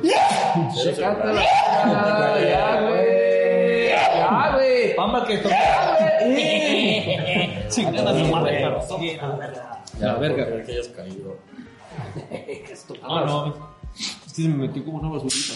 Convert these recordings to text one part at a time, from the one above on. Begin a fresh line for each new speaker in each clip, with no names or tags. Sacaste la chingada, ya, güey. Ya, güey. Pamba que esto. Chingada su madre, La verga.
Porque hayas caído.
Ah, no. Este se me metió como una basurita.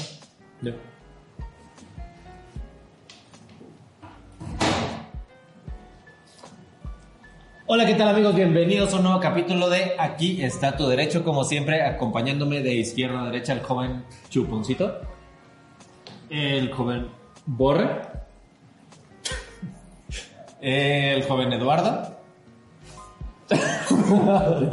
Hola, ¿qué tal amigos? Bienvenidos a un nuevo capítulo de Aquí está tu derecho, como siempre, acompañándome de izquierda a derecha el joven Chuponcito, el joven Borre, el joven Eduardo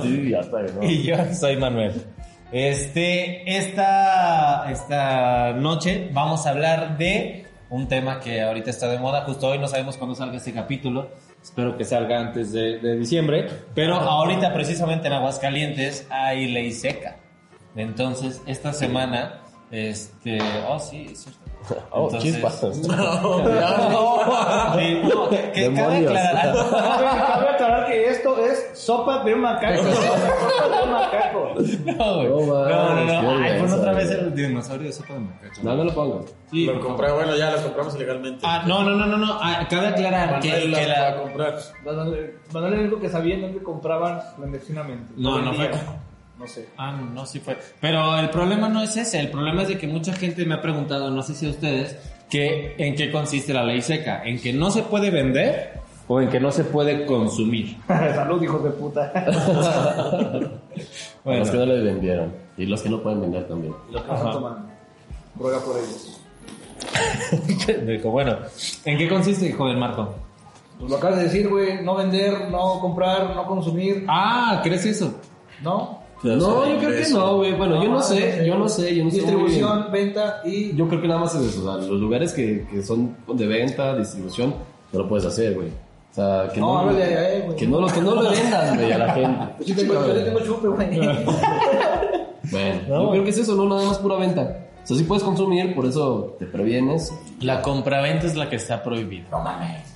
Sí, ya está, ¿no?
y yo soy Manuel. Este, esta, esta noche vamos a hablar de un tema que ahorita está de moda, justo hoy no sabemos cuándo salga este capítulo, espero que salga antes de, de diciembre, pero ahorita precisamente en Aguascalientes hay ley seca. Entonces, esta semana, este, oh sí, es cierto.
Oh,
Entonces-
chispas.
Sí, no, que- que cabe
Demonios.
aclarar-
Cabe aclarar que esto es sopa de macaco. sopa de macaco.
No, güey.
No,
no,
va,
no, no.
qué
Ay, pon
vergüenza,
otra vez
güey.
el dinosaurio de sopa de macaco.
No, no lo pongo.
Sí,
Lo
por
compré. compré, bueno, ya las compramos legalmente.
Ah, no, no, no, no, no. Ah, cabe aclarar que,
Manuel
que
las va a
la...
comprar.
Manuel Manuel era el único que sabía en dónde compraban clandestinamente.
No, no fue-
Vendían. No sé.
Ah, no, sí fue. Pero el problema no es ese. El problema es de que mucha gente me ha preguntado, no sé si a ustedes, que en qué consiste la ley seca. ¿En que no se puede vender o en que no se puede consumir?
Salud, hijos de puta.
A Los que
Bueno,
no le vendieron. Y los que no pueden vender también.
Lo que están tomando. Ruega por ellos.
dijo, bueno, ¿en qué consiste, joven Marco?
Pues lo acabas de decir, güey. No vender, no comprar, no consumir.
Ah, ¿crees eso?
¿No?
o
No,
sea,
yo creo que
ingreso.
no, güey. Bueno, yo no sé, yo no sé, yo no sé.
Ah, Distribución, venta y.
Yo creo que nada más es eso. O sea, los lugares que, que son de venta, distribución, no lo puedes hacer, güey. O sea, que
No,
no,
háblale a él, güey.
que no, lo- que no lo vendan, güey, a la gente.
Yo tengo, yo tengo chupe, güey.
Bueno,
No,
yo
güey.
creo que es eso, no nada más pura venta. O sea, sí puedes consumir, por eso te previenes.
La compraventa es la que está prohibida.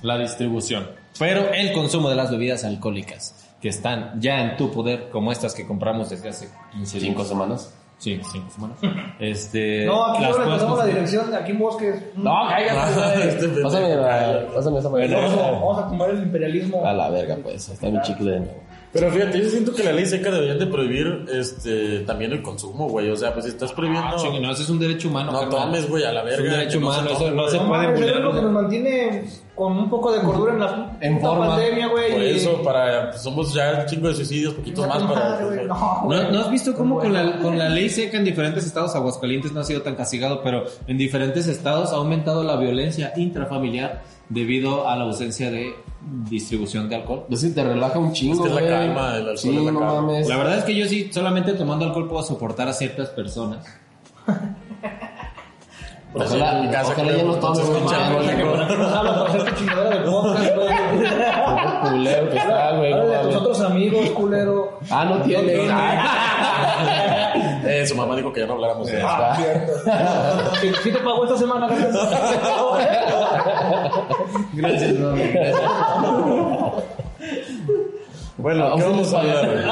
La distribución. Pero el consumo de las bebidas alcohólicas que están ya en tu poder, como estas que compramos desde hace 15
Cinco
días.
semanas.
Sí, cinco semanas. Este,
No, aquí
las
no
puedes
le pasamos la
consumir.
dirección. Aquí en Bosques.
No,
Ah, Este
cállate,
Pásame, la, pásame esa
Vamos a-
manera.
vamos a tumbar el imperialismo.
A la verga, pues. Está mi chicle de nuevo.
Pero fíjate, yo siento que la ley seca deberían de prohibir este, también el consumo, güey. O sea, pues si estás
Ah,
prohibiendo...
chingue, no, ese es un derecho humano.
no
carnal.
tomes, güey, a la
Es
verga.
un derecho
que no se
humano,
tome,
eso no se
No
puede
mames, es
vulnerar.
lo que nos mantiene con un poco de cordura en la
En
puta
forma.
pandemia, güey.
Por
y-
eso, para... pues, somos ya un chingo de suicidios, poquitos más pues,
Madre,
para...
güey,
¿No, no has visto cómo con
Pues Bueno.
la, con la ley seca en diferentes estados Aguascalientes no ha sido tan castigado, pero en diferentes estados ha aumentado la violencia intrafamiliar debido a la ausencia de distribución de alcohol?
Yo sí te relaja un chingo,
Es que es la
güey.
calma, el alcohol
Sí,
es la
no
calma.
mames.
La verdad es que yo sí, solamente tomando alcohol puedo soportar a ciertas personas.
Por eso
Ojalá-
en mi casa
ojalá
creo
ya no
que
tomes,
se escucha
no mames.
algo, güey.
Para que nos hablas para hacer tu chingadera de podcast, güey.
Qué culero que está, güey. no
Háblale a tus
mames.
otros amigos, culero.
Ah, no tiene. ah.
Eh, su mamá dijo que ya no habláramos de eso.
Si si te pago esta semana, gracias.
Gracias, mami.
Bueno, ¿qué vamos a hablar, güey?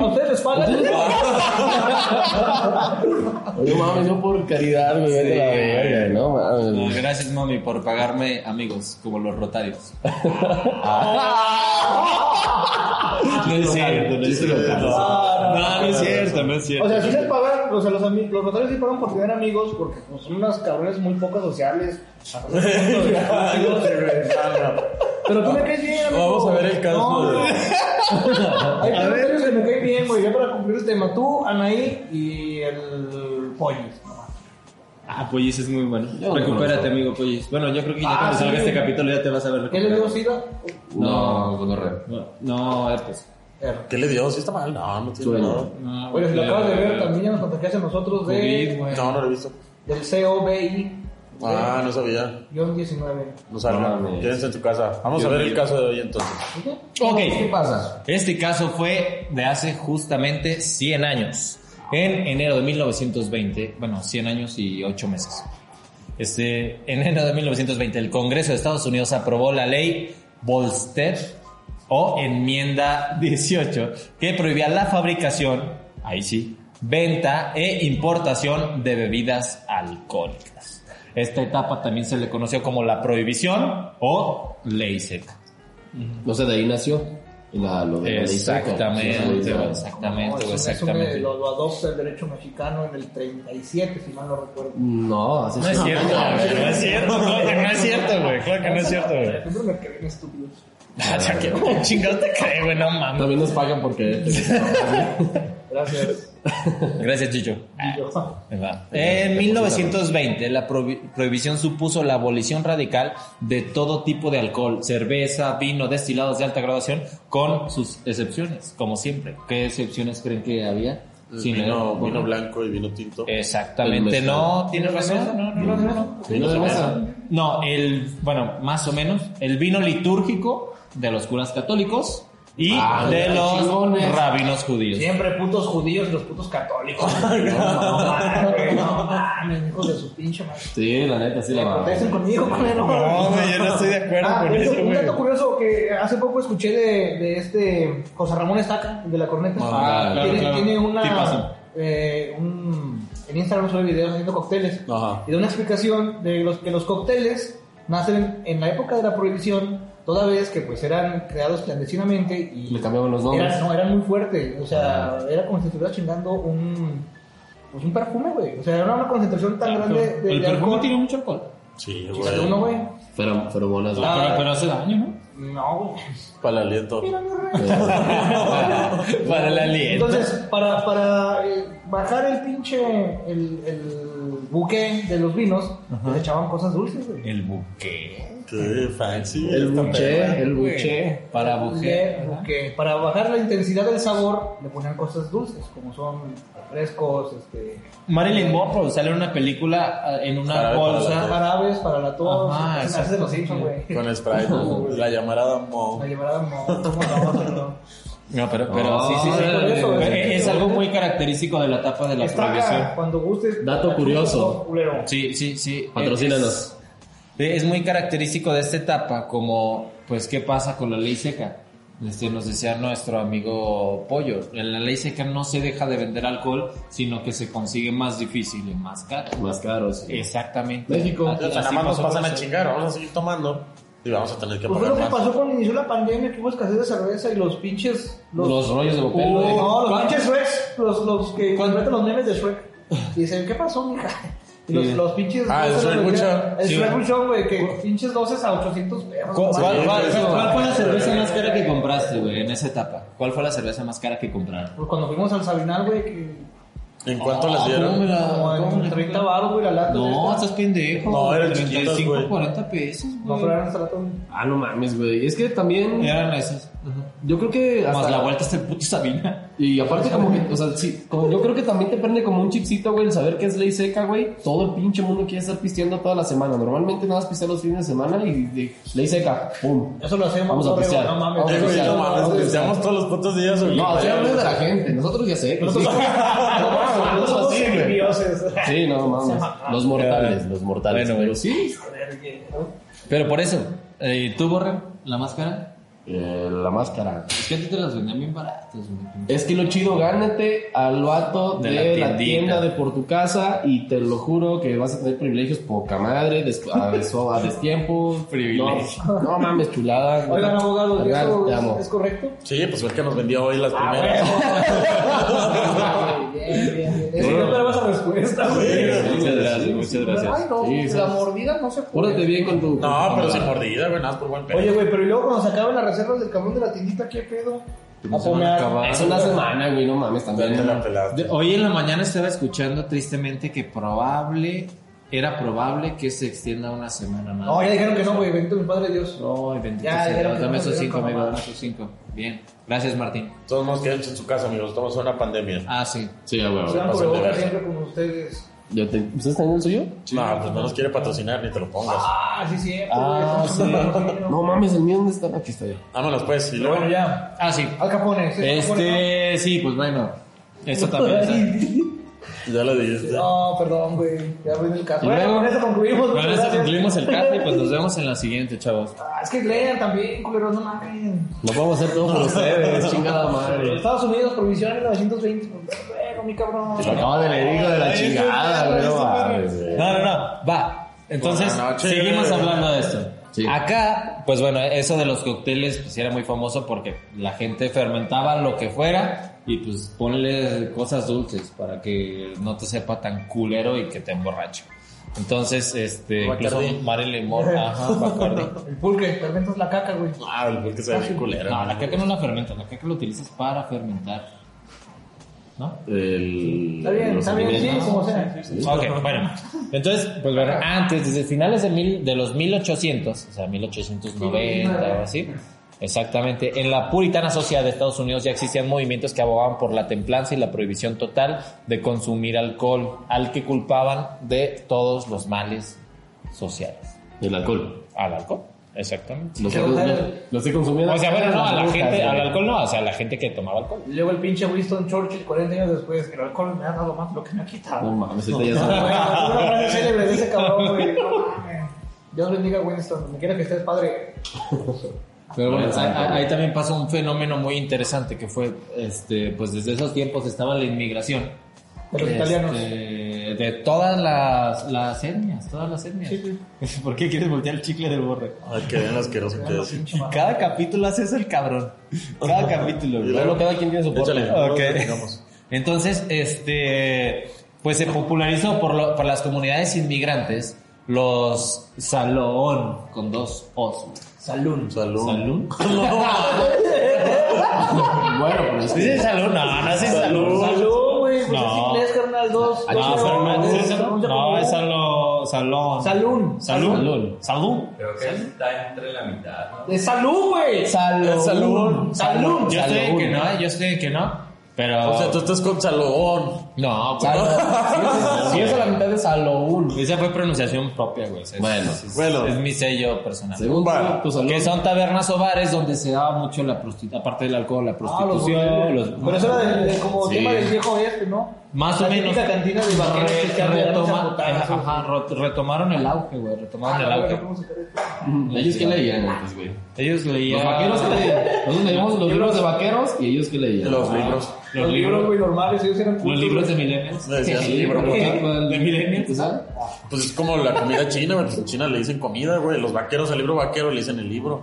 ¿A ustedes les pagan?
Ah,
Oye, mames, yo por caridad, güey. vete a la verga, No
No,
mames.
gracias, mami, por pagarme amigos como los rotarios. No es cierto, no es cierto. No, no es cierto, no es
O sea,
cierto.
si les pagan, o sea, los, ami- los notarios sí pagan por tener amigos porque pues, son unas cabrones muy pocas sociales. Pero tú me caes bien, amigo.
Vamos a ver el caso
No, no.
de-
Hay peloteros que me caen bien, güey. Yo para cumplir el tema, tú, Anaí y el Pollis.
Ah, Pollis es muy bueno.
Yo no
Recupérate,
conozco.
amigo Pollis. Bueno, yo creo que ya
Ah,
cuando
sí.
salga este capítulo ya te vas a ver
¿Qué le dio
recuperado.
sida?
No, con horror.
No, no, eh, pues, herpes.
Error.
¿Qué le dio? ¿Sí está mal? No, no tiene
Suena.
nada.
Oye, si lo acabas de ver, también ya nos contagiaste a nosotros de,
No, no lo he visto.
del COBI.
Ah, no sabía.
Guión 19.
No salga.
mames.
Quédense en su casa. Vamos a ver el caso de hoy entonces.
Ok.
¿Qué pasa?
Este caso fue de hace justamente 100 años, en enero de 1920, bueno, 100 años y 8 meses. Este, en enero de 1920, el Congreso de Estados Unidos aprobó la ley Volstead o enmienda 18, que prohibía la fabricación, ahí sí, venta e importación de bebidas alcohólicas. Esta etapa también se le conoció como la prohibición o ley seca.
No sé, de ahí nació. Y la, lo de la ley seca.
Exactamente,
Sí,
güey,
la-
exactamente,
No,
güey,
eso- eso me-
exactamente.
lo, lo adopta el derecho mexicano en el 37, si mal no recuerdo.
No, así
No es cierto, güey, no es cierto, claro que no es cierto, güey, claro que no es cierto, güey.
Siempre me quedé en estúpidos.
O sea, que como chingados te crees, güey, no mames.
Ah, También nos pagan porque.
Gracias.
Gracias, Chicho.
Y yo,
Ahí va. En 1920, la prohi- prohibición supuso la abolición radical de todo tipo de alcohol, cerveza, vino, destilados de alta graduación, con sus excepciones, como siempre. ¿Qué excepciones creen que había? Sí,
vino,
¿no? Eh,
vino blanco y vino tinto.
Exactamente,
El
no, tienes razón. No, no, no, no, no.
Vino de mesa.
No, el, bueno, más o menos, el vino litúrgico de los curas católicos y
Ah,
de
de
los
chingones.
rabinos judíos.
Siempre putos judíos y los putos católicos. No mames, güey, no mames, hijos de su pinche madre.
Sí, la neta, sí la va.
Protestan conmigo, culero.
No, güey, yo no estoy de acuerdo
Ah,
con
un-
eso,
Un
güey.
dato curioso que hace poco escuché de, de este José Ramón Estaca, de la corneta.
Ah, claro,
tiene,
claro.
tiene
Tipazo.
una. eh, un, en Instagram sube videos haciendo cócteles.
Ajá.
Y da una explicación de los que los cócteles nacen en, en la época de la prohibición, toda vez que pues eran creados clandestinamente y
Le cambiaban los nombres.
Era, no, eran muy fuertes. O sea, era como si estuviera chingando un. Pues un perfume, güey. O sea, era una concentración tan grande de,
el perfume
de alcohol.
tiene mucho alcohol.
Sí,
Quítate uno,
Pues, güey.
güey.
Pero, pero buenas, güey.
pero, pero hace daño, ¿no?
No, güey.
Para el aliento.
Para la aliento.
Entonces, para, para eh, bajar el pinche el, el buque de los vinos, les echaban cosas dulces, güey.
El buque.
Qué fancy.
El
esta perra.
buche, el buche.
Para
Buque,
buque.
buque. Para bajar la intensidad del sabor, le ponían cosas dulces, como son refrescos, este,
Marilyn Monroe sale en una película ah, en una
Jarabe para la
bolsa.
tos.
jarabes para la tos.
Ajá,
esas cosas de los Simpson, güey.
Con Sprite. La llamarada Mo.
La llevará no, ¿cómo la vas a hacer, no?
No, pero, pero
Oh,
sí, sí, sí.
por eso,
Pero
güey.
Ah, es algo muy característico de la etapa de la
Estaca,
prohibición.
Cuando gustes.
Dato curioso.
Culero.
Sí, sí, sí.
Patrocínanos.
Eh, Es muy característico de esta etapa, como, pues, ¿qué pasa con la ley seca? Este, nos decía nuestro amigo Pollo, en la ley seca no se deja de vender alcohol, sino que se consigue más difícil y más caro.
Más caros.
Exactamente.
México.
Así
O sea, nada más nos
ah, pasó
pasan a
con-
chingar. Vamos a seguir tomando. Y vamos a tener que
Pues fue lo que
pagar más.
pasó cuando inició la pandemia, que hubo escasez de cerveza y los pinches.
Los rollos de papel,
Uh,
güey.
no, los pinches Shreks, los, los que interpretan los memes de Shrek. Y dicen, ¿qué pasó, mija? Y los, los pinches.
Ah, el
los-
Shrek
los-
Buchón.
El
Sí,
Shrek
güey.
Buchón, güey, que pinches 12 a 800 pesos.
¿Cuál,
no
cuál-
mames.
cuál- cuál- cuál fue la cerveza más cara que compraste, güey, en esa etapa? ¿Cuál fue la cerveza más cara que compraron?
Pues cuando fuimos al Sabinal, güey, que.
¿En cuánto les
¿Cómo me
dieron?
la-
Como
cómo me
en
la-
30 baros, güey, la lata.
No,
esta.
estás pendejo.
No, eran chiquitas,
35,
güey.
40 pesos,
No
güey.
fueron hasta la toma.
Ah, no mames, güey. Es que también.
Eran esas.
Yo creo que.
Más
hasta-
la vuelta hasta el puto Sabina.
Y aparte, como que. O sea, sí. como- yo creo que también te prende como un chipcito, güey, el saber que es ley seca, güey. Todo el pinche mundo quiere estar pisteando toda la semana. Normalmente nada más pistear los fines de semana y de- ley seca. ¡Pum!
Eso lo hacemos.
Vamos a
torreo,
pistear.
No mames.
Vamos a
Eh, güey,
pistear.
no mames,
Vamos a pistear.
deseamos todos los putos días. güey.
No,
pues,
estoy hablando de la gente. Nosotros ya sé. que sí.
Nosotros
Sí,
somos
güey.
dioses.
Sí, no mames. Los mortales, los mortales.
Bueno,
pero
güey.
sí.
Pero por eso, eh, ¿tú, Borre, la máscara?
Eh, la máscara.
Es que a ti te las vendían bien baratas, güey.
Es que lo chido, gánate al vato
De
de,
la
la,
tiendita.
tienda de por tu casa y te lo juro que vas a tener privilegios poca madre, des- a, deso- a destiempo.
Privilegio.
No, no mames, chulada.
Oigan, abogado,
Oigan,
¿eso
te
es-
amo.
es correcto?
Sí, pues fue el que nos vendió hoy las primeras.
Bien, bien, bien. Eso
Bueno.
no te lo vas a
respuesta, güey.
Muchas gracias, muchas
Ay,
gracias.
no,
Sí,
pues,
sí.
la mordida no se puede.
Pórtate bien con tu.
No, pero sin mordida, güey, nada más por buen pedo.
Oye, güey, pero y luego cuando se acaban las reservas del camión de la tiendita, ¿qué pedo? A poner.
Es una semana, güey, no mames
Ya te
también.
la pelaste.
De- Hoy en la mañana estaba escuchando tristemente que probable, era probable que se extienda una semana más.
No, ya dijeron que no, güey, bendito mi padre Dios.
Ay, bendito
Ya,
sea,
dijeron que
dame
no,
esos
dijeron
cinco,
que no,
amigo,
mamá.
dame esos cinco. Bien, gracias Martín.
Todos nos quedamos en su casa, amigos. Estamos en una pandemia.
Ah, sí.
Sí, a huevo.
Sean
pasen de
cubrebocas
verga.
siempre como ustedes.
Yo te- ¿Ustedes tienen el suyo?
No, pues no nos quiere patrocinar ni te lo pongas.
Ah, sí, cierto, güey.
Ah,
estamos hablando de
No
dinero.
mames, el mío, ¿dónde está? Aquí está ya.
Vámonos, pues. Y luego,
Bueno, ya.
Ah, sí.
Al Capone. ¿sí? Capone,
Este, sí, pues bueno. Esto también. está-
ya lo dijiste.
No, No, perdón, güey. Ya ven el caso.
Y
Bueno,
luego-
con eso concluimos.
Con
muchas
esto
gracias.
concluimos el café y pues nos vemos en la siguiente, chavos.
Ah, es que lean también, culeros, no mames.
Lo vamos a hacer todo por ustedes, chingada madre.
Estados Unidos, provisión 1920. pues, Bueno, mi cabrón.
Acabo de le digo de la chingada, güey. no mames.
No, no, no, va. Entonces,
Buenas noches.
seguimos hablando de esto.
Sí.
Acá, pues bueno, eso de los cócteles pues era muy famoso porque la gente fermentaba lo que fuera y pues ponle cosas dulces para que no te sepa tan culero y que te emborrache. Entonces, este, incluso
Bacardi.
Marilyn Monroe, ajá, Bacardi.
El pulque, fermentas la caca, güey.
Ah, el porque se ve bien culero.
No, la caca no la fermentas, la caca la utilizas para fermentar. ¿No?
El...
Está bien, está bien, sí, como sea.
Ok, bueno. Entonces, pues bueno, antes, desde finales de, mil, de los 1800, o sea, 1890 o así, exactamente, en la puritana sociedad de Estados Unidos ya existían movimientos que abogaban por la templanza y la prohibición total de consumir alcohol, al que culpaban de todos los males sociales.
El alcohol.
Al alcohol, exactamente.
Lo estoy, lo estoy consumiendo.
O sea, bueno, no, a la
Las
gente,
brujas,
al
güey.
alcohol no, o sea, a la gente que tomaba alcohol.
Llegó el pinche Winston Churchill 40 años después. El alcohol me ha dado más de lo que me ha quitado.
Ah, No mames, ahorita ya
Bueno,
sabe.
una frase célebre de ese cabrón, güey. No mames. Dios bendiga a Winston. Donde quiera que estés, padre.
Pero bueno, ahí, ahí- ahí también pasó un fenómeno muy interesante que fue, este, pues desde esos tiempos estaba la inmigración.
De los
Este,
italianos.
De todas las, las etnias, todas las etnias.
Sí,
¿Por qué quieres voltear el chicle del borre?
Ay, qué bien asqueroso que es.
Cada capítulo hace eso el cabrón. Cada capítulo. güey.
luego
cada quien tiene su
Échale.
porra.
Ok.
Digamos. Entonces, este, pues se popularizó por, lo- por las comunidades inmigrantes los salón con dos os.
Salud.
Salud.
¿Salón?
Bueno, pero es
¿Sí
que.
es salud? No, no es salud.
Salud, güey. Pues
No. Ah,
es inglés, carnal. Dos.
No,
Ocho,
pero no es eso.
pronuncia
No,
como-
es salón. Salón.
Salud.
Salud. Salud.
Creo que está entre la mitad, ¿no?
Es salud, güey.
Salud.
Salud. Salud.
Yo estoy en
Salud.
que no, yo estoy en que no. Pero.
O sea, tú estás con salón.
No, pues.
Salón. Si es a la mitad de Salón.
Esa fue pronunciación propia, güey. Es-
Bueno, pues,
es,
bueno.
es mi sello personal.
Según tú,
Bueno,
tu salón.
Que son tabernas o bares donde se daba mucho la prostitución, aparte del alcohol, la
Ah, los
prostitución.
burdeles.
los-
Pero eso era de, de como
Sí.
tema del viejo este, ¿no?
Más
La
o menos.
típica cantina de vaqueros que se
Re-
arma de
retoma- eh,
zapotazos.
ajá, ro- retomaron el auge, güey. Retomaron el
Ah,
auge.
¿cómo se cree?
Ellos que leían antes, güey.
Ellos leían.
Los vaqueros que leían. Nosotros leíamos los libros de vaqueros y ellos que leían.
Ah.
Los libros.
Los libros, güey, normales, ellos eran
Los
cultos,
libros de
güey.
millennials.
Me decías libro, güey.
¿De
millennials?
¿Sabes?
Pues es como la comida china, güey. En China le dicen comida, güey. Los vaqueros al libro vaquero le dicen el libro.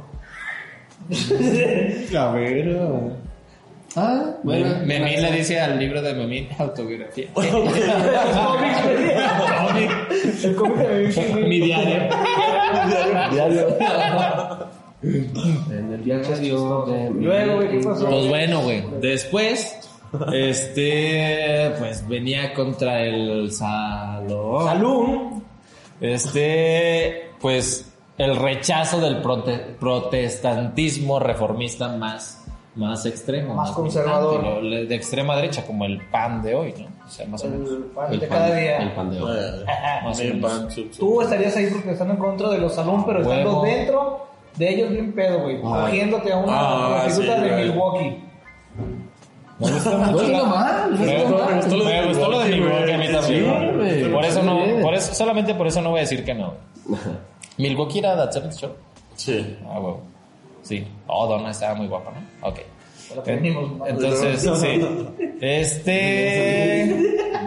Ah, bueno.
Memín le dice al libro de Memín autobiografía.
Los cómics, güey. El cómic de Baby King,
Mi diario.
En el día que dio de-
Luego, güey, ¿qué pasó?
Pues bueno, güey. Después, este, pues venía contra el salón.
Salud.
Este, pues el rechazo del prote- protestantismo reformista más, más extremo.
Más conservador.
militante, lo- de extrema derecha, como el pan de hoy, ¿no? O sea, más o menos.
El pan
El
de
pan-
cada día.
El pandeo.
Más o
Eh,
menos.
pan, chup, chup.
Tú estarías ahí porque están en contra de los salón, pero
Huevo.
estando dentro de ellos bien pedo, güey. Cogiéndote a una
Ah,
prostituta
sí,
de
güey.
Milwaukee.
No es lo mal, no es lo
Me
mal.
gustó lo de
Milwaukee,
Milwaukee a mí
güey.
también.
Sí, güey.
Por eso
Está
no,
bien.
por eso, solamente por eso no voy a decir que no. Milwaukee era That's Seventh Show.
Sí.
Ah, huevo. Sí. Oh, Donna estaba muy guapa, ¿no? Ok.
Pero aprendimos, ¿no?
Eh, Entonces, sí. Este.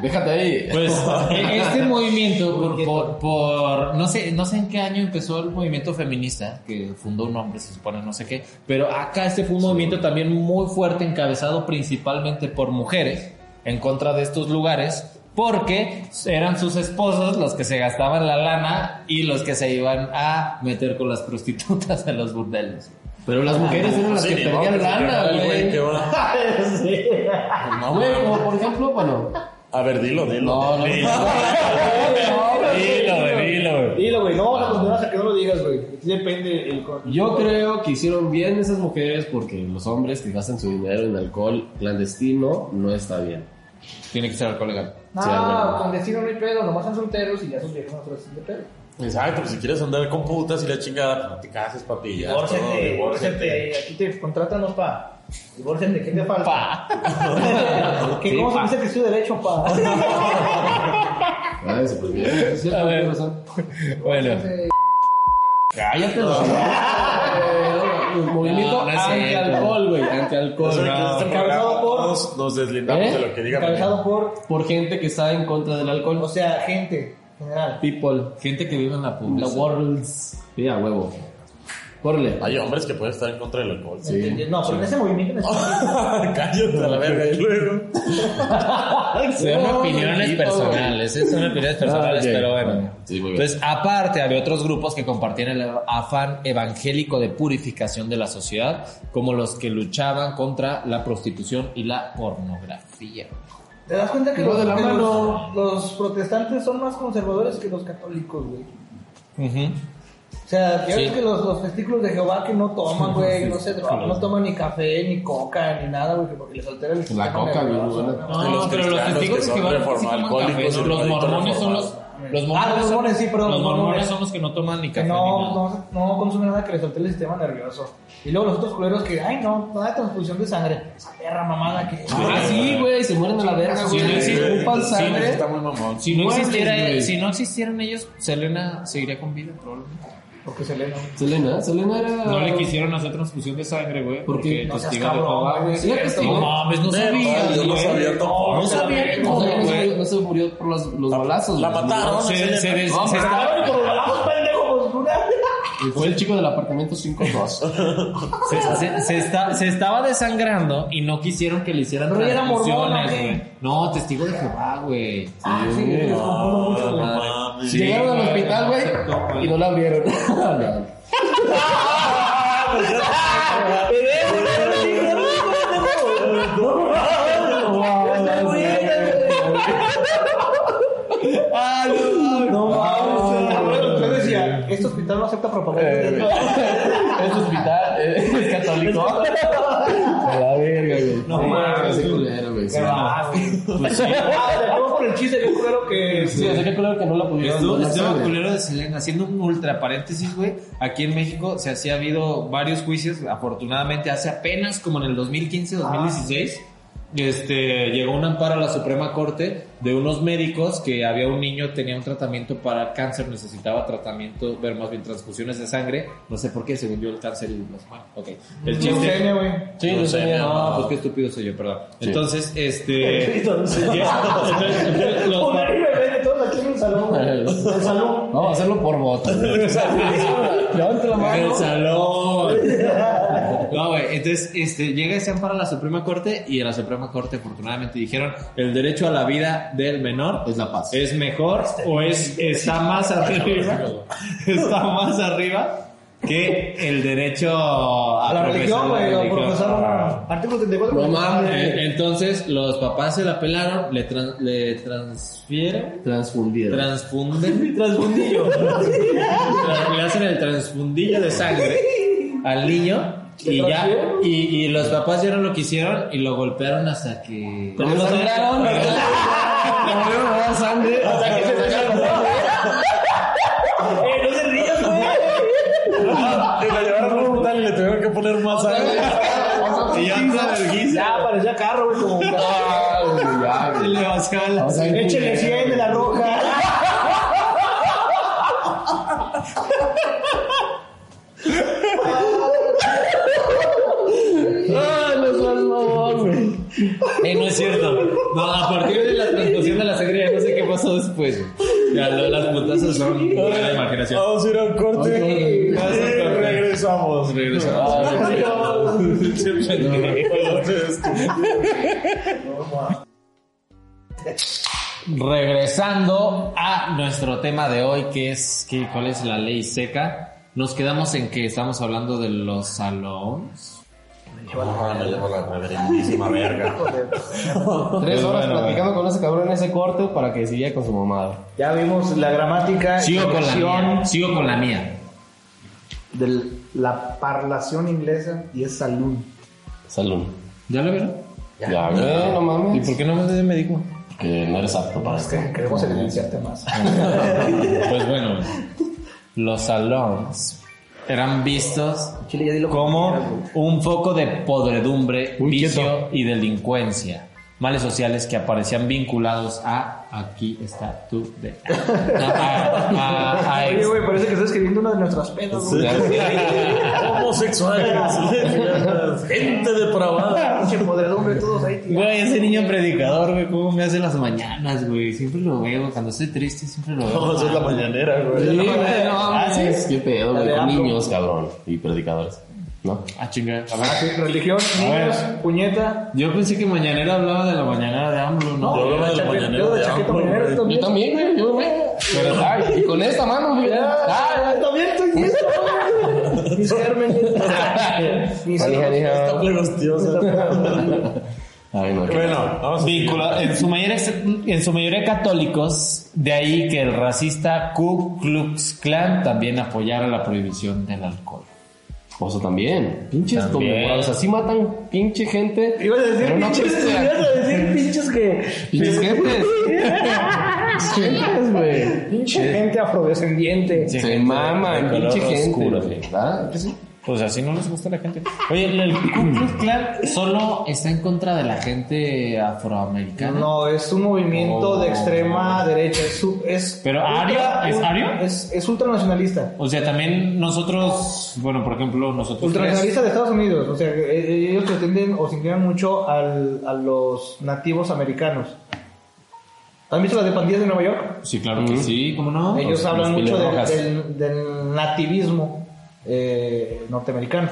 Déjate ahí.
Pues, e- este movimiento, por, por, por- No sé no sé en qué año empezó el movimiento feminista, que fundó un hombre, se supone, no sé qué. Pero acá este fue un movimiento también muy fuerte, encabezado principalmente por mujeres, en contra de estos lugares, porque eran sus esposos los que se gastaban la lana y los que se iban a meter con las prostitutas a los burdeles.
Pero las mujeres eran las
Sí,
que
ni
tenían
modo,
lana,
carnal,
güey.
qué bueno. No,
Güey,
güey.
como por ejemplo, bueno.
A ver, dilo, dilo.
No, no.
Dilo, dilo, güey, dilo, güey.
Dilo, güey, no vamos a continuar hasta que no lo digas, güey. Depende el... con-
Yo creo que hicieron bien esas mujeres porque los hombres que gastan su dinero en alcohol clandestino no está bien.
Tiene que ser alcohol legal.
No,
Sí, ah, bueno.
con destino no hay pedo, nomás son solteros y ya sus viejos no se hacen de pedo.
Exacto, pues si quieres andar con putas y la chingada, pues no te cases, papi. ya, todo,
Divórciate,
divórciate.
divórciate, aquí te contratan los pa. Divórciate, ¿qué te falta? ¿Qué, ¿Cómo se dice que es tu derecho, pa?
Ah, eso, pues, bien. Es cierto,
A ver.
tienes razón.
Bueno,
Cállate, los pues, Movimiento
No, no es cierto.
anti-alcohol, güey.
Yo sé
Anti-alcohol.
que en este programa
Encabezado por-
todos nos deslindamos
¿Eh?
de lo que diga
Encabezado por,
Por gente que está en contra del alcohol.
o sea, gente, en general.
People.
gente que vive en la
The
pobreza.
worlds. Sí, a huevo. Córrele.
Hay hombres que pueden estar en contra del alcohol.
Sí.
¿Entiendes? No, pero en ese movimiento en específico,
Cállate a la verga y luego.
Son
No,
opiniones
mijito.
personales, es- son opiniones personales,
Ah, ok.
pero bueno.
Sí, muy bien.
Entonces, aparte, había otros grupos que compartían el afán evangélico de purificación de la sociedad, como los que luchaban contra la prostitución y la pornografía.
te das cuenta que,
No,
los,
de la
que
mano.
los, los protestantes son más conservadores que los católicos, güey. O sea, ya ves
Sí.
que los, los testículos de Jehová que no toman, güey, no se drogan, no toman ni café, ni coca, ni nada, güey, que porque les altera el sistema
coca, güey,
nervioso,
buena.
¿no?
Y los cristianos que son
van-
reforma-
sí toman
alcohólicos
café, ¿no?
y los
los
adictos
mormones son los,
reformados.
los
Ah,
mormones,
los
son-
mormones, sí, perdón,
los
los
mormones
mormones.
son los que no toman ni
que
café ni
no,
nada.
no, no consume nada que les altere el sistema nervioso. Y luego los otros culeros que, ay, no, nada de transfusión de sangre. Esa perra mamada que.
Ah, sí, güey. Se mueren a la verga,
Sí,
güey.
sí, sí.
Ocupan
Sí,
sangre.
está muy mamón.
Si no,
Mueres,
existiera,
güey.
si no existieran ellos, Selena seguiría con vida probablemente.
Porque se le no.
Selena, Selena era.
No le quisieron hacer transfusión de sangre, güey.
¿Por qué?
Porque pues,
No seas
testigo de Jehová.
cabrón, güey.
Sí, era
Cierto,
testigo.
No
güey.
mames, no
Neta,
sabía.
yo no
güey.
sabía tampoco.
No
No
sabía
sabía.
O
cómo,
sea, no se-
güey.
no se murió por los, los balazos.
La
güey.
mataron.
Se, se des-
No,
se
pero-
estaba,
Fue el chico del apartamento 5-2.
se- se- se está- se estaba desangrando y no quisieron que le hicieran
Pero ya era mormona,
transfusiones,
¿o qué?
güey. No, testigo de Jehová, güey.
Ah, sí, yo te los confundo mucho, güey.
No mames.
Sí.
Llegaron al
güey,
hospital,
aceptó,
güey,
güey.
y no la abrieron. No.
No mames. Bueno, yo decía, este hospital no acepta propaganda.
Es hospital, eh, es católico. A la verga, güey.
No
Sí,
mames.
ese culero, güey. Sí,
Qué va, güey. Ah, o sea, todo por el chiste, qué culero que.
Sí, o sea, qué culero que no la pudieron
Estuvo,
donar
estuvo
sangre.
culero de Selena, haciendo un ultra paréntesis, güey. Aquí en México se hacía, ha habido varios juicios, afortunadamente, hace apenas como en el 2015, 2016. Este, llegó un amparo a la Suprema Corte de unos médicos que había un niño, tenía un tratamiento para cáncer, necesitaba tratamiento, ver más bien transfusiones de sangre. No sé por qué, según yo, el cáncer y los bueno, ok. El
Sí,
chiste.
güey.
Sí,
No
no
sé,
sé,
mi
no,
amor.
pues qué estúpido soy yo, perdón. Entonces, este.
Entonces,
entonces, los-
Un bebé, todos aquí en un salón, güey. El salón.
Vamos a hacerlo por voto. Levanta la
En
mano.
el salón. No, güey. Entonces, este, llega ese amparo a la Suprema Corte y a la Suprema Corte afortunadamente dijeron el derecho a la vida del menor
Es la paz.
es mejor o es está más arriba está más arriba que el derecho a,
A la
profesar
religión, Ah.
la
güey, o
religión.
profesor. Artículo 34.
No mames.
Eh, Entonces los papás se la apelaron, le, tran- le transfieren,
Transfundido.
transfunden
Transmundillo.
Tra- le hacen el transfundillo de sangre al niño y ya y, y los papás ya no lo quisieron y lo golpearon hasta que
Pero lo sangraron. No veo nada de sangre.
Eh, no se rías, güey.
Y la llevaron al hospital y le tuvieron que poner más sangre.
y ya andaba verguiza.
Ya, parecía carro, güey, como.
Ah, güey, ya,
Y
güey.
le vaciaban la
O sea,
Échale 100 de la roja.
Ah, no seas mamón, güey.
Eh, no es cierto no a partir de la transfusión de la sangre ya no sé qué pasó
Pues,
después güey. ya lo- las putazas son de la imaginación
Vamos a ir a un corte y
Vamos
regresamos.
Regresamos.
Entonces,
Regresando a nuestro tema de hoy, que es que, cuál es la ley seca. Nos quedamos en que estamos hablando de los salones.
No, me llevo la reverendísima verga.
Tres
Pues
horas
bueno,
platicando con ese cabrón en ese corte para que siga con su mamada.
Ya vimos la gramática,
Sigo con la mía.
expresión
Sigo con la mía.
de la parlación inglesa y es salón.
Salud.
¿Ya lo vieron?
Ya,
Eh, no
güey.
¿Y
mames.
por qué no me médico?
Porque no eres apto para esto.
Queremos evidenciarte más.
Pues bueno, los salones eran vistos
Chile, ya dilo
como
quieras,
un foco de podredumbre, vicio y delincuencia. Males sociales que aparecían vinculados a aquí está tu de a, a- a- a
Oye,
ex-
güey, parece que estás escribiendo una de nuestras pedas, güey.
Homosexuales, lesbianas, gente depravada.
Pinche podredumbre, todos ahí tirados.
Güey, ese niño predicador, güey, cómo me hace las mañanas, güey. Siempre lo veo, cuando estoy triste siempre lo veo.
No, eso es la mañanera,
Sí,
güey.
güey, Eh, no
Ah,
mames.
Es que pedo,
La de
güey, con
AMLO.
niños, cabrón. Y predicadores. ¿No?
Ah, chinga. A ver.
Ah, sí, Religión, niños, puñeta.
Yo pensé que mañanera hablaba de la mañanera de AMLO, ¿no?
Yo hablaba de la
chaqueta-
mañanera
yo
de
chaqueta
AMLO,
mañanera
güey.
también.
Yo también, güey. Yo, güey. Pero, ay, y con esta mano, güey.
Ah,
Ay,
yo también estoy listo. Mis gérmenes. Mis
manija,
gérmenes.
manija.
Está plegostiosa.
Ay, no.
Bueno, vamos.
Vincula- en su mayoría en su mayoría católicos, de ahí que el racista Ku Klux Klan también apoyara la prohibición del alcohol.
Oso también. Pinches
También.
condenados. Así matan pinche gente.
Ibas a decir
Pero no
pinches,
pues,
apestan.
ibas a decir pinches que...
Pinches gentes. Pinches gentes, güey.
Pinche gente afrodescendiente.
Sí,
Se
gente
maman,
de color
pinche gente.
oscuro.
güey, ¿Verdad? Que sí?
Pues así no les gusta a la gente. Oye, el Ku Klux Klan solo está en contra de la gente afroamericana.
No, es un movimiento
Oh.
de extrema derecha. Es, su- es
Pero, ¿ario? ¿Es ario?
Es, es ultranacionalista.
O sea, también nosotros, bueno, por ejemplo, nosotros tres,
Ultranacionalista de Estados Unidos. O sea, e- ellos pretenden o se inclinan mucho al, a los nativos americanos. ¿Han visto las de pandillas de Nueva York?
sí, claro que sí, ¿cómo no?
Ellos
Los-
hablan
los
mucho
pieles
del-
rojas.
del, del nativismo eh, norteamericano.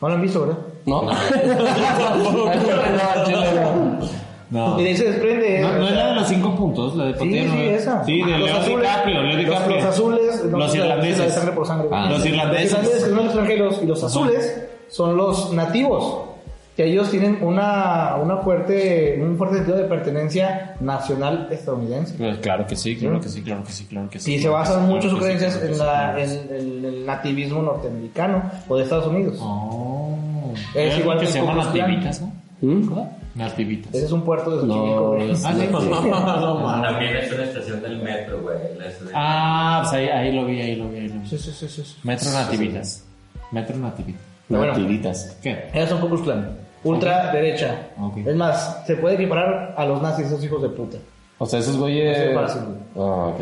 No lo han visto, ¿verdad?
No.
No.
Y de ahí se desprende.
No,
eh,
no
o
es
sea,
la de los cinco puntos, la de
Sí,
Potero.
sí,
¿no?
esa.
Sí, de
los
Leo
azules,
DiCaprio, Leo DiCaprio.
Los, los azules, no,
los
la- la de
irlandeses.
sangre por sangre.
Ah, los
Los irlandeses
irlandeses.
que son los extranjeros y los azules son los nativos. Que ellos tienen una, una fuerte, un fuerte sentido de pertenencia nacional estadounidense.
Pues claro que sí, claro que sí, claro que sí, claro que sí.
Y se
claro que
basan
sí,
mucho sus
claro que sí,
creencias
claro que
en,
sí,
la,
claro que sí.
en- en el nativismo norteamericano o de Estados Unidos.
Oh.
Es
Es
igual
igual que
que
se
el
llaman
Ku Klux Klan.
nativitas, ¿no?
¿Mm?
Nativitas.
Ese es un puerto de Xochimilco,
No,
güey.
es-
Ah, sí.
No, mames.
También es una estación del metro, güey. la estación-
Ah, pues ahí, ahí lo vi, ahí lo vi, ahí lo vi.
Sí, sí, sí, sí, sí.
Metro nativitas. Metro nativitas.
No,
Bueno.
tiritas.
¿Qué?
Ellos son Ku Klux Klan. Ultra derecha.
Ok.
Es más, se puede equiparar a los nazis, esos hijos de puta.
O sea, esos
No
Pues
se
güeyes.
parecen, güey.
Ah, ok.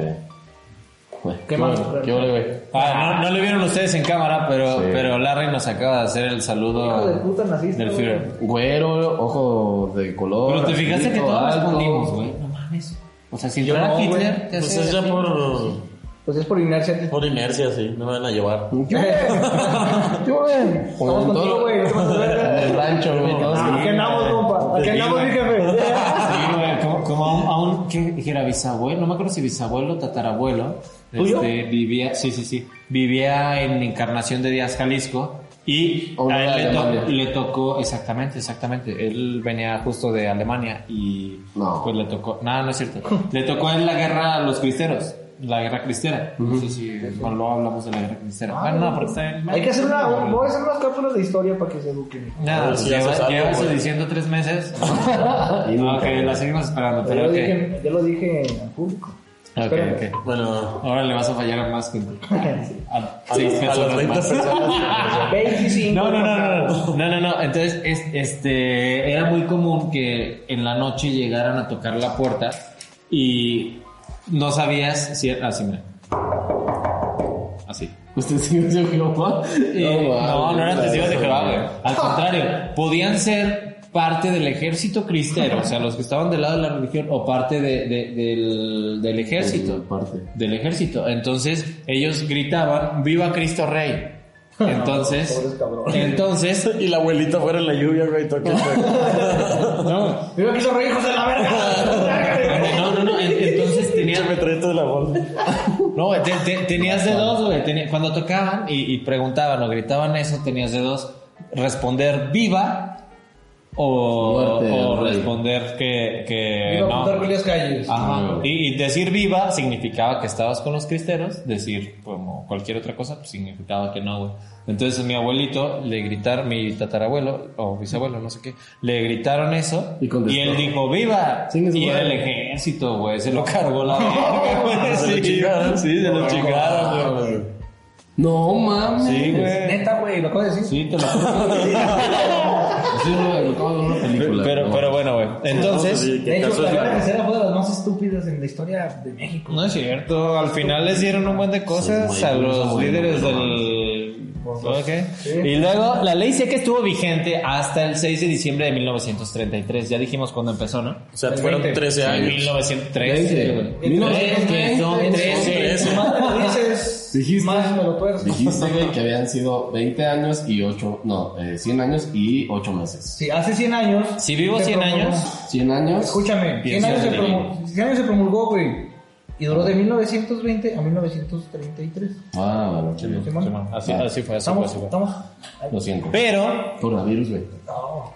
Güey,
Qué malo.
bueno, Qué bueno, güey.
Ah, no, no lo vieron ustedes en cámara, pero,
Sí.
pero Larry nos acaba de hacer el
Hijo
saludo
de puta nazista,
del
güey.
Führer.
Güero, ojo de color.
Pero te fijaste que
azulito,
todos
alto.
respondimos, güey. No mames. O sea, si
Yo
fuera
no, güey.
Hitler, te
Pues
hace
es ya
así.
por,
Pues es por inercia. tío.
por inercia, sí. Me van a llevar.
¿Qué? Como en
Estamos contigo,
todo-
güey. no te pases de
En
verga.
el rancho, güey. todos
Ah, Aquí andamos, compa. Aquí andamos, mi jefe.
Sí, güey, como, como a un, a un- ¿qué qué era bisabuelo, no me acuerdo si bisabuelo, tatarabuelo,
¿Tuyo?
este, vivía, sí, sí, sí, vivía en Encarnación de Díaz, Jalisco, y
O no,
a
de
él le, to-
Alemania.
le tocó, exactamente, exactamente, él venía justo de Alemania y
No.
pues le tocó, no, no es cierto, le tocó en la guerra a los cristeros. La guerra cristera. No sé si bueno, luego hablamos de la guerra cristera. Ah, no, porque está en.
Hay que hacer una. Voy a hacer unas cápsulas de historia para que se eduquen.
A
Nada,
ver si Ah, ya
lleva,
se sabe,
lleva eso
güey.
diciendo tres meses. no, que la seguimos esperando,
Ya
pero
lo
ok.
dije, ya lo dije al público.
Ok,
Espérame.
ok.
Bueno,
Ahora le vas a fallar a más gente. A,
a,
seis
los- a
personas
las 20
más.
personas.
25.
No, no, no, no, no, no, no, no. Entonces, es- este, era muy común que en la noche llegaran a tocar la puerta y no sabías si era así, mira. Así.
Usted sí es de Jehová.
Y- Eh, no, no eran testigos de Jehová, güey. Al contrario, podían ser parte del ejército cristero, o sea, los que estaban del lado de la religión o parte de- de- del, del ejército.
Parte.
del ejército. Entonces ellos gritaban, viva Cristo Rey. Entonces,
Pobres cabrones.
entonces,
Y la abuelita fuera en la lluvia, güey, toque.
no,
Viva aquí los hijos de la verga.
no, no, no, en- entonces
Pinche
tenía,
metralleta de la bolsa.
No, güey, te- te- tenías de dos, güey. Tenía- cuando tocaban y, y preguntaban o gritaban eso, tenías de dos. Responder viva o,
Muerte,
o
güey.
responder que, que
Viva
no.
apuntar con las calles.
Ajá. Y, y decir viva significaba que estabas con los cristeros. Decir como cualquier otra cosa pues, significaba que no, güey. Entonces mi abuelito le gritaron, mi tatarabuelo o bisabuelo, no sé qué, le gritaron eso
Y contestó.
él dijo viva.
Chingue su
Y era el
madre.
ejército, güey, se lo cargó la verga, güey.
Se lo
Sí,
chingaron.
Sí, se lo chingaron, güey.
No mames.
Sí, güey.
Neta, güey, lo acabo de decir.
Sí, te lo juro.
Sí, no, lo acabo de ver en una película.
Pero,
no.
pero bueno, güey. Entonces,
Sí,
De
¿qué
hecho,
caso
la
es
guerra
la-
casera fue de las más estúpidas en la historia de México.
no es cierto. Al final les dieron un buen de cosas
Sí,
a
güey,
los
no,
líderes
no,
del.
no.
Ok.
Sí.
Y luego, la ley seca estuvo vigente hasta el 6 de diciembre de 1933. Ya dijimos cuando empezó, ¿no?
O sea, fueron 13
En
años.
1913. güey.
Sí, güey.
Tres, que son 13.
Trece.
Más me lo dices,
Dijiste.
más me lo puedes.
Dijiste, güey, que habían sido 20 años y 8, no, eh, 100 años y 8 meses.
Sí, hace 100 años.
Si vivo
se
100
promulgó-
años.
100 años.
Escúchame, 100
Piensa
años, se
en
promulgó, 100 años se promulgó, güey. Y duró de 1920 a 1933.
Ah, bueno, qué bien.
¿Sí, man?
Así, así fue, así fue,
Estamos,
así fue.
estamos.
Lo siento.
Pero
Coronavirus, güey.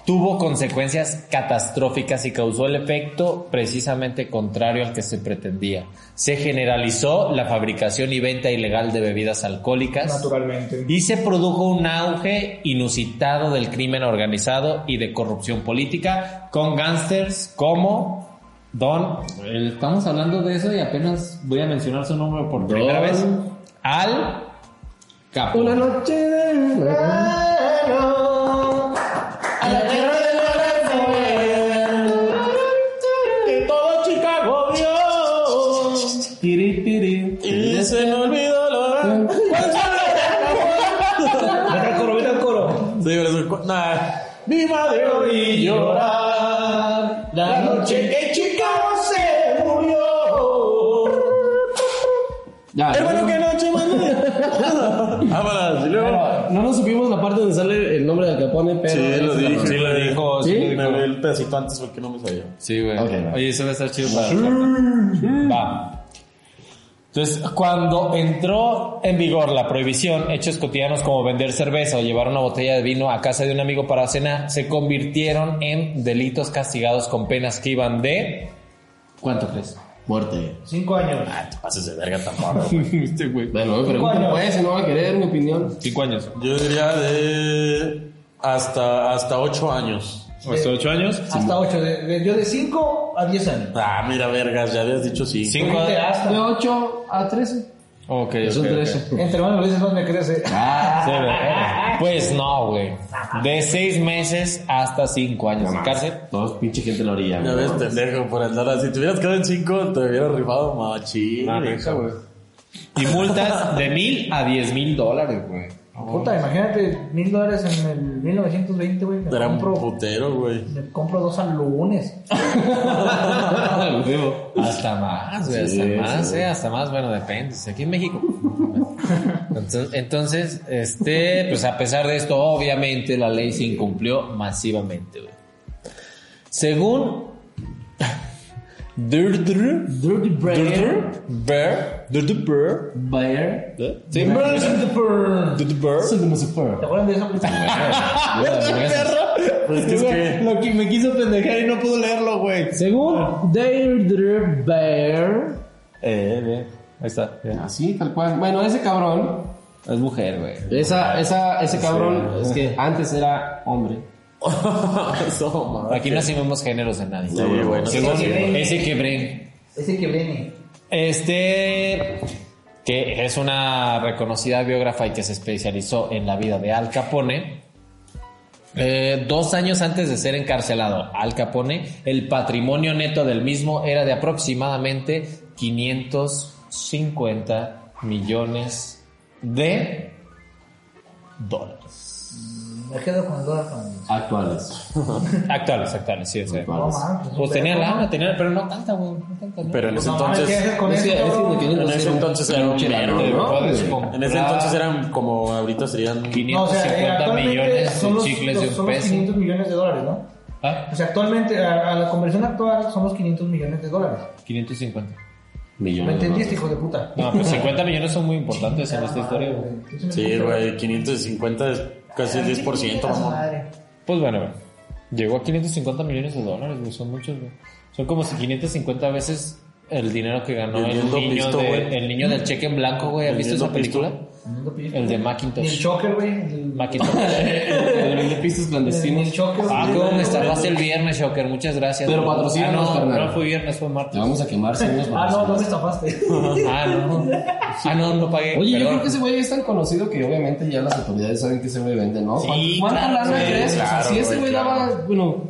tuvo consecuencias catastróficas y causó el efecto precisamente contrario al que se pretendía. Se generalizó la fabricación y venta ilegal de bebidas alcohólicas
Naturalmente.
y se produjo un auge inusitado del crimen organizado y de corrupción política con gángsters como Don, eh, estamos hablando de eso y apenas voy a mencionar su nombre por primera vez, Al Capone.
Una noche de.
A la tierra del Lorenzo, que todo Chicago vio. Tiri, tiri.
Y se me olvidó lo Sí,
Vete al coro, vete al coro.
pero eso- cu- nah. Mi madre oí llorar la noche que Chicago se murió.
Ya,
Hermano, qué noche, mano. Vámonos, Ah, y luego.
No nos supimos la parte donde sale el nombre de Al Capone, pero.
Sí, lo
Sí,
dijo. Sí, lo dijo.
¿Sí?
Me abrí el pedacito antes porque no me sabía.
Sí, güey.
Ok.
Oye, eso va a estar chido para. Va. Entonces, cuando entró en vigor la prohibición, hechos cotidianos como vender cerveza o llevar una botella de vino a casa de un amigo para cenar se convirtieron en delitos castigados con penas que iban de. ¿Cuánto crees?
Muerte.
5 años.
Haces de verga tampoco.
este güey.
Bueno, me preguntan,
años.
pues, si no va a querer mi opinión.
Cinco años.
Yo diría de hasta, hasta 8 años.
Hasta ocho años.
Hasta 8. yo de 5 a 10 años.
Ah, mira, vergas, ya habías dicho sí.
Cinco
Vete
años.
De
hasta.
8 a 13.
Ok,
Son
ok, ok.
13.
Entre más me lo dices, más me eh. crece.
Ah, Sí, güey. Pues no, güey. De seis meses hasta cinco años de cárcel.
Todos pinche gente lo orilla,
Ya ves,
güey.
pendejo, por andar así. Si te hubieras quedado en 5, te hubieras rifado machín. vieja, güey.
Y multas de mil a diez mil dólares, güey.
Puta, imagínate mil dólares en el 1920, güey. Me,
Era un
compro-
putero, güey.
me compro dos alunes.
Hasta más, güey. Hasta más, eh. Hasta más, bueno, depende. si Aquí en México. Entonces, entonces, este, pues a pesar de esto, obviamente la ley se incumplió masivamente, güey. Según Durdru
Dirty Brain.
Bear, Durdru Bear,
Bayer.
¿eh? Durdru Bear,
Eso es de
¿Te acuerdas de esa película?
Pues que es que.
Lo que me quiso pendejar y no pudo leerlo, güey.
Según Deirdre Bear,
Eh, bien. Ahí está. bien.
Así, tal cual. Bueno, ese cabrón,
Es mujer, güey.
esa, esa, ese cabrón, es que antes era hombre.
Eso, madre.
Aquí no hacemos géneros en nadie.
Sí, güey. no
Ese
sé cómo se llama.
que- Ese quebré.
Ese que viene.
Este, que es una reconocida biógrafa y que se especializó en la vida de Al Capone. Eh, dos años antes de ser encarcelado, Al Capone, el patrimonio neto del mismo era de aproximadamente 550 millones de dólares.
Me quedo con todas las
Actuales.
Actuales, actuales, sí, o sea.
Ah,
No, man, pues,
Pues tenía
pero-
lana, tenía, pero no tanta, güey. No tanta, ¿no?
Pero en ese
No, mames, ¿qué
entonces.
haces con
Ese-
esto?
ese me tiene-
En
no sé,
ese entonces era un
Chileno,
verano,
¿no?
¿no?
Sí.
En ese entonces eran como ahorita serían.
550
eh, actualmente
millones
son
de
los-
chicles de
los-
un
son los
peso.
500 millones de dólares, ¿no?
¿Ah?
O sea, actualmente, a, a la conversión actual, somos 500 millones de dólares.
550.
¿Me
Millones.
entendiste,
¿no?
hijo de puta?
No, pues 50 millones son muy importantes en esta historia, güey.
Entonces, Ah,
Sí, güey, 550 es casi el 10%, mamón.
Madre.
Pues bueno, güey. Llegó a 550 millones de dólares, güey. Son muchos, güey. Son como si 550 veces el dinero que ganó el
Vendiendo
niño,
pisto,
de-
güey.
el niño del cheque en blanco, güey. ¿Has visto esa
Vendiendo
película? El de
Ni el
Macintosh.
choker, güey. el-
Macintosh.
El vende pisos
Ni
clandestinos.
el choker.
Ah,
güey.
cómo me estafaste el viernes, Shocker. Muchas gracias.
Pero
güey.
patrocínanos,
Ah, no,
carnal.
no fue viernes, fue
Te
martes.
vamos a quemar, señores.
Ah, no, no me estafaste.
Ah, no. Ah, no, no pagué.
Oye, yo
Perdón.
creo que ese güey es tan conocido que obviamente ya las autoridades saben que ese güey vende, ¿no?
Sí,
¿Cuánta
claro,
lana
sí,
crees? O sea,
claro,
si ese
güey,
güey
claro.
daba, bueno,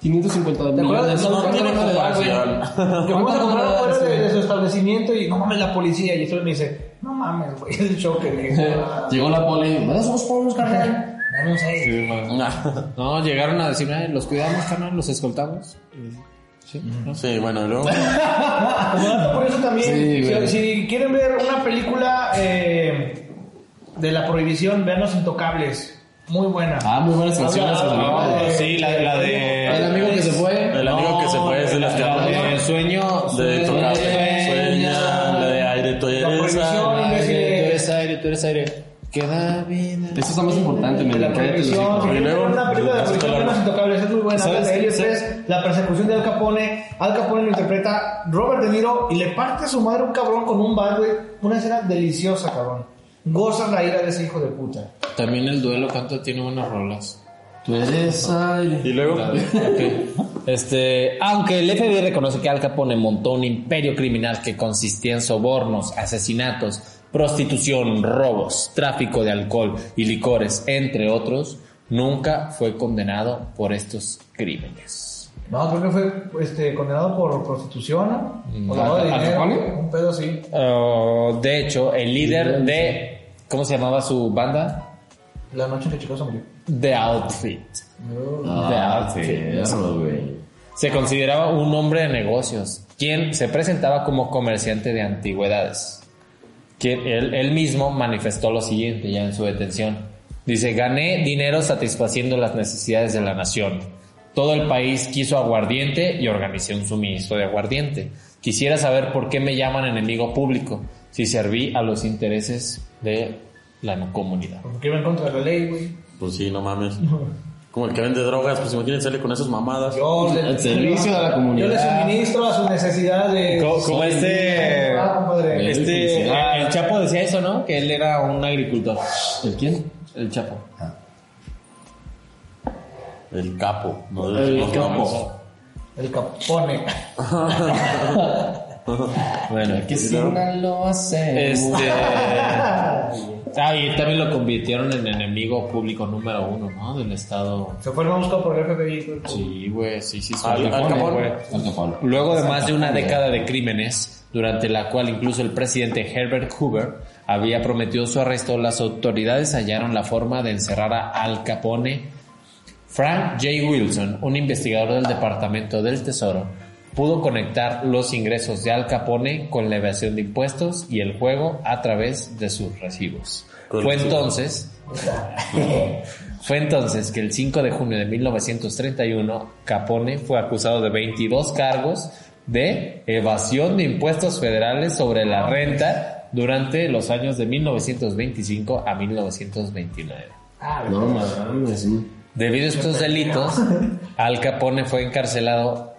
550 millones.
acuerdas? No,
¿Cuánta
no tiene
lana le daba, güey?
Yo vamos a
¿Cuánta
comprar
lana le daba
afuera
ese
de,
güey?
de su establecimiento y no mames la policía. Y eso me dice, no mames, güey, el choker. güey.
Llegó la poli. ¿Me das unos polvos, carnal?
Dame un seis.
Ah,
No, llegaron a decirme, "Ay, los cuidamos, carnal, los escoltamos.
Sí, bueno, y luego.
Como dato Ah, por eso también,
Sí,
si-
güey.
si, quieren ver una película eh, de la prohibición, vean Los Intocables. Muy buena.
Ah, muy buenas canciones.
Habla-
güey.
habla de-
Sí, la, la de.
El amigo que se fue.
El amigo que se fue es de las que
La
hablan
de sueño.
de tocar. Sueña, la de aire, tú eres
prohibición.
aire.
Aire, tú eres aire, tú eres aire. Queda vida.
Esto es lo más importante, me
de la
encanta.
prohibición, si
Y
quieren ver
luego,
una película de la
pues,
prohibición
claro.
de los intocables, es muy buena. Habla
¿Sabes
de
qué?
ellos
¿Sabes?
tres, la persecución de Al Capone. Al Capone lo interpreta Robert De Niro y le parte a su madre un cabrón con un bar, güey. Una escena deliciosa, cabrón. Gozas la ira de ese hijo de puta.
También el duelo canto tiene buenas rolas.
Tú eres aire.
Y luego.
Este, aunque el FBI reconoce que Al Capone montó un imperio criminal que consistía en sobornos, asesinatos, prostitución, robos, tráfico de alcohol y licores, entre otros, nunca fue condenado por estos crímenes.
No, creo que fue este, condenado por prostitución ¿no? o
¿Al-
lavado de
Mm. al
dinero.
Capone?
Un pedo así.
Uh, de hecho, el líder de, ¿cómo se llamaba su banda?
La noche en que Chicago se murió.
The Outfit. The
Ah,
Outfit.
perro, güey.
Se consideraba un hombre de negocios, quien se presentaba como comerciante de antigüedades. Quien él, él mismo manifestó lo siguiente ya en su detención. Dice, gané dinero satisfaciendo las necesidades de la nación. Todo el país quiso aguardiente y organicé un suministro de aguardiente. Quisiera saber por qué me llaman enemigo público, si serví a los intereses de la comunidad.
Porque iba en contra de la ley, güey.
Pues sí, no mames. Como el que vende drogas, pues imagínense sale con esas mamadas.
Yo le,
Al servicio de la
yo le
comunidad.
suministro a sus necesidades.
Co- como este-
Ah, compadre.
Este-
Este, el Chapo decía eso, ¿no? Que él era un agricultor.
¿El quién?
El Chapo.
El capo. No
El
Los
capo.
nombres.
El capone.
Bueno,
Que Sinaloa se...
Este. Ah, y también lo convirtieron en enemigo público número uno, ¿no? Del Estado.
Se fue buscado por el FBI.
Sí, güey, sí, sí.
Al-
Al,
Al Capone.
Al Capone.
Luego de más de una década de crímenes, durante la cual incluso el presidente Herbert Hoover había prometido su arresto, las autoridades hallaron la forma de encerrar a Al Capone. Frank J. Wilson, un investigador del Departamento del Tesoro, pudo conectar los ingresos de Al Capone con la evasión de impuestos y el juego a través de sus recibos. Fue
Correcto.
entonces fue entonces que el 5 de junio de 1931, Capone fue acusado de 22 cargos de evasión de impuestos federales sobre la renta durante los años de 1925 a 1929.
Ah,
No mames. sí.
Debido a estos delitos, Al Capone fue encarcelado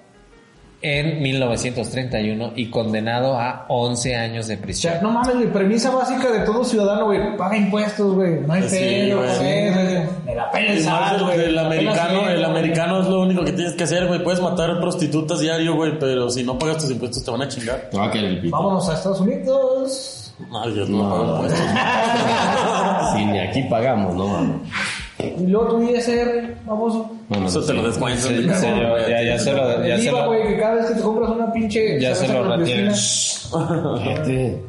en 1931 y condenado a 11 años de
O
prisión.
sea, no mames, la premisa básica de todo ciudadano, güey. Paga impuestos, güey. No hay
Sí,
pedo,
güey.
güey. Me la pela el
Es más,
SAT,
el-
güey.
el
Me la pela
americano,
el
el
SAT.
americano es lo único que tienes que hacer, güey. Puedes matar prostitutas diario, güey, pero si no pagas tus impuestos te van a chingar.
Te va a caer el pito.
Vámonos a Estados Unidos.
Ay, Dios, no, pago impuestos.
Si ni aquí pagamos, no mames.
Y luego tu ISR, famoso.
Bueno,
Eso te lo descuentan.
Sí,
de cabrón,
señor,
güey.
ya- ya se lo- ya
El
se
IVA,
lo-
güey, que cada vez que te compras una pinche.
ya se
cerveza
lo
clandestina,
retienen.
Fíjate.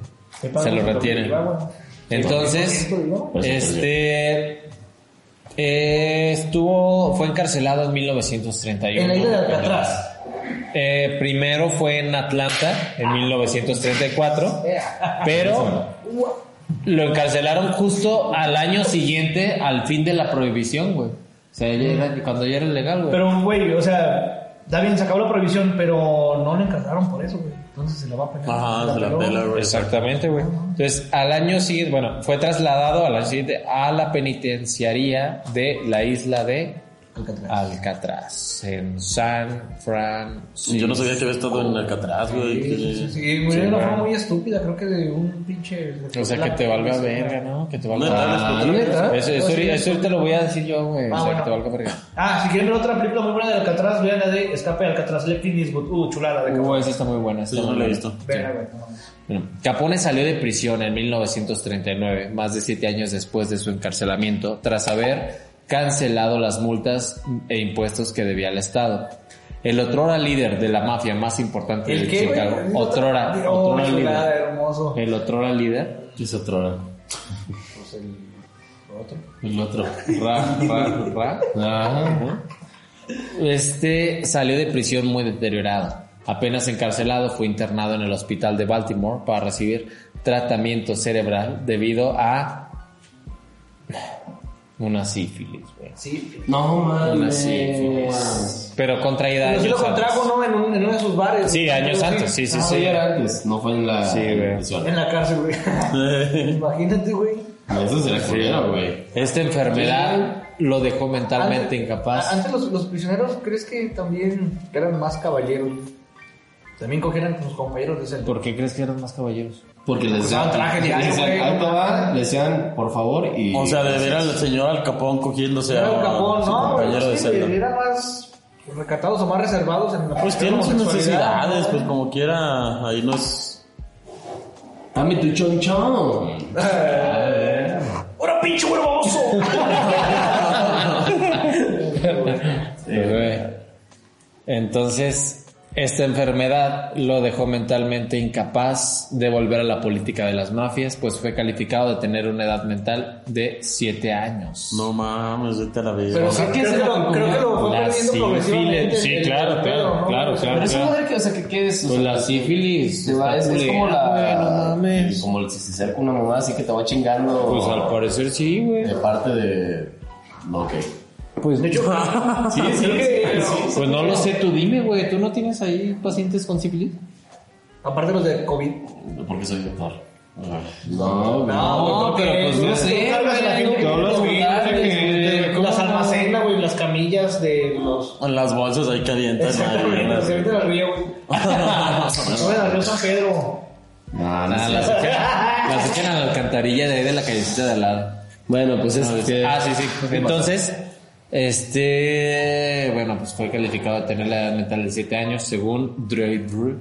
te pagan
Se lo
el
retienen.
IVA, güey.
Entonces,
¿no?
Pues,
este Eh, estuvo, fue encarcelado en 1931.
En la isla de
Cuando-
Alcatraz.
Eh, primero fue en Atlanta en 1934, pero lo encarcelaron justo al año siguiente al fin de la prohibición, güey. O sea, ella era- cuando ya era legal, güey.
Pero, güey, o sea, está bien, se acabó la prohibición, pero no le encargaron por eso, güey. Entonces se la va a pegar.
Ajá, se la pela, güey.
Exactamente, güey. Entonces, al año siguiente, bueno, fue trasladado al año siguiente a la penitenciaría de la isla de Ah, Alcatraz, en San Francisco.
Yo no sabía que había estado en Alcatraz, güey. que-
Sí, güey, de una forma muy estúpida, creo que de un pinche.
O sea, que te valga verga, ¿no? Que te valga
No, tal vez,
verga.
pero tal vez.
¿Neta?
Eso, eso,
Oh, sí,
ahorita-
eso.
eso ahorita lo voy a decir yo, güey. o
Ah,
sea,
bueno.
que te valga verga.
Ah, si quieren ver otra película muy buena de Alcatraz, vean la de Escape de Alcatraz, Lefty Eastwood. Uh, chulada de cabrón.
Uh, esa está muy buena. Está
Sí, yo
muy
no la he
buena.
visto.
Verga, güey, no mames.
Bueno, Capone salió de prisión en 1939, más de siete años después de su encarcelamiento, tras haber cancelado las multas e impuestos que debía al Estado. El otrora líder de la mafia más importante
¿El
de
qué, güey?
Chicago, otrora,
Oh,
otrora
chulada,
líder,
hermoso.
el otrora líder,
¿Qué es otro hora?
Pues
El otro.
Ra, ra, ra. Ajá. Este salió de prisión muy deteriorado. Apenas encarcelado, fue internado en el hospital de Baltimore para recibir tratamiento cerebral debido a una sífilis, güey.
No,
Una
mames.
sífilis. Pero contraída
Pero sí
años
lo contrajo,
antes.
¿no? En, un- en uno de sus bares.
Sí, años antes, sí, sí,
Ah,
sí.
era antes.
Pues no fue en la.
Sí, güey.
prisión.
En la cárcel, güey. Imagínate, güey.
Eso será culero, güey.
Esta enfermedad lo dejó mentalmente
A-
incapaz.
Antes los, los prisioneros, ¿crees que también eran más caballeros? También cogían con sus compañeros de celda.
¿Por qué crees que eran más caballeros?
Porque les
usaban
decían.
traje diario,
les decían,
güey.
"Ahí te va", le decían, por favor, y.
O sea, de ver al señor Al Capón cogiéndose
Era un
a
capón,
su
¿no?
compañero de
Pues sí,
celda.
Eran más recatados o más reservados en la
Pues tienen sus
homosexualidad,
necesidades,
¿no?
pues como quiera, ahí no es...
Dame tu chonchón.
¡Ahora, pinche güey, baboso!
Este, Entonces, esta enfermedad lo dejó mentalmente incapaz de volver a la política de las mafias, pues fue calificado de tener una edad mental de 7 años.
No mames, vete a la vida.
Pero sí, creo, que lo, creo que lo fue
La
perdiendo progresivamente.
sífilis. Sí,
el-
claro,
el
claro,
pedo, ¿no?
claro, claro,
Pero esa
claro.
madre que, o sea, que qué es. O
Pues
sea,
la sífilis.
se va- es, es como la.
Y como si se acerca una mamá así que te va chingando.
Pues al parecer sí, güey.
De parte de. No, ok.
Pues,
Sí, sí, sí, sí.
pues no lo sé, tú dime, güey. ¿Tú no tienes ahí pacientes con sífilis?
Aparte los de COVID.
Porque soy doctor. No,
No, pero pues no sé, güey. No los
Eh, las almacena, güey, las camillas de los...
Las bolsas ahí que avientan.
Exactamente, las que ahorita las río, güey. No me las río San Pedro.
No, no,
Las echan a Ah, la alcantarilla de ahí de la callecita de al lado.
Bueno, pues es que.
Ah, sí, sí. Entonces, este, bueno, pues fue calificado de tener la edad mental de 7 años según Dre Brewer.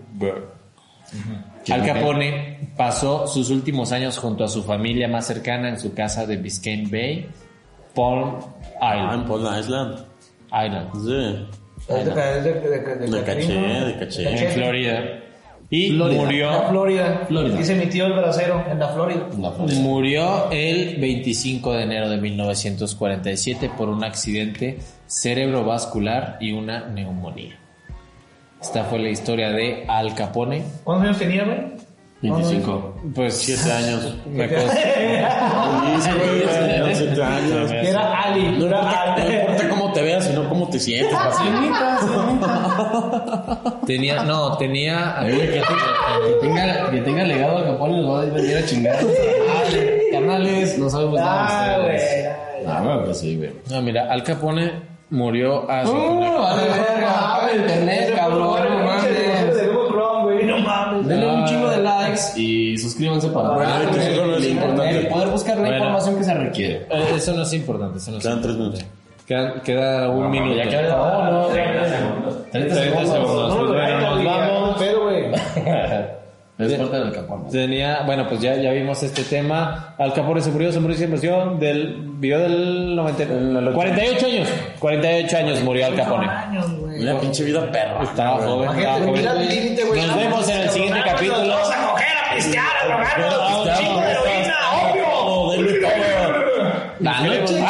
Al Capone pasó sus últimos años junto a su familia más cercana en su casa de Biscayne Bay, Palm
Ah, en
Island.
Paul Island.
Island,
Sí.
Es de, ca- es de, de, de,
De caché,
Catrina.
de caché.
en Florida. Y
En la
murió,
Florida.
Florida.
Dice mi tío el bracero, en la Florida.
No,
murió el 25 de enero de 1947 por un accidente cerebrovascular y una neumonía. Esta fue la historia de Al Capone.
¿Cuántos años tenía, güey?
25.
Pues siete años. Me
Sí, güey, tenía siete años.
Era Ali. No era
No
Ali.
importa cómo te veas, sino cómo te sientes.
Ah,
paciente.
tenía, no, tenía.
Ay, güey, que, te- que tenga, que tenga legado al Capone nos va a venir a chingar.
Canales, no sabemos
Ah,
nada. de
güey.
ustedes.
Ah, bueno, pues sí, güey.
No, mira, Al Capone murió a su.
¡Oh!
Ah,
Ah, Ese fue el
no
pinche negocio
mames.
de Google Chrome, güey. No mames.
Denle un chingo de
likes.
Y suscríbanse para
Ah, que eso no es importante.
poder buscar la
Bueno.
información que se requiere.
Eh, Eso no es importante, eso no es
Quedan tres
importante.
minutos.
Queda, queda un minuto.
Ya que no, no, 30 segundos.
No
No,
lo
bueno, nos vamos.
Pero, güey.
Es parte del Capone.
Tenía, bueno, pues ya, ya vimos este tema. Al Capone se murió, se murió, se murió del, vivió del 90, 48 años. 48 años murió Al Capone.
Años, güey.
Una pinche vida perra.
Estaba joven, estaba
Imagínate,
joven.
mira el límite, güey.
Nos vemos en el siguiente capítulo.
a coger, a pistear, a drogarnos,
Estaba-
obvio.
Denle todo.
La noche.
¡Ay, no, no, no!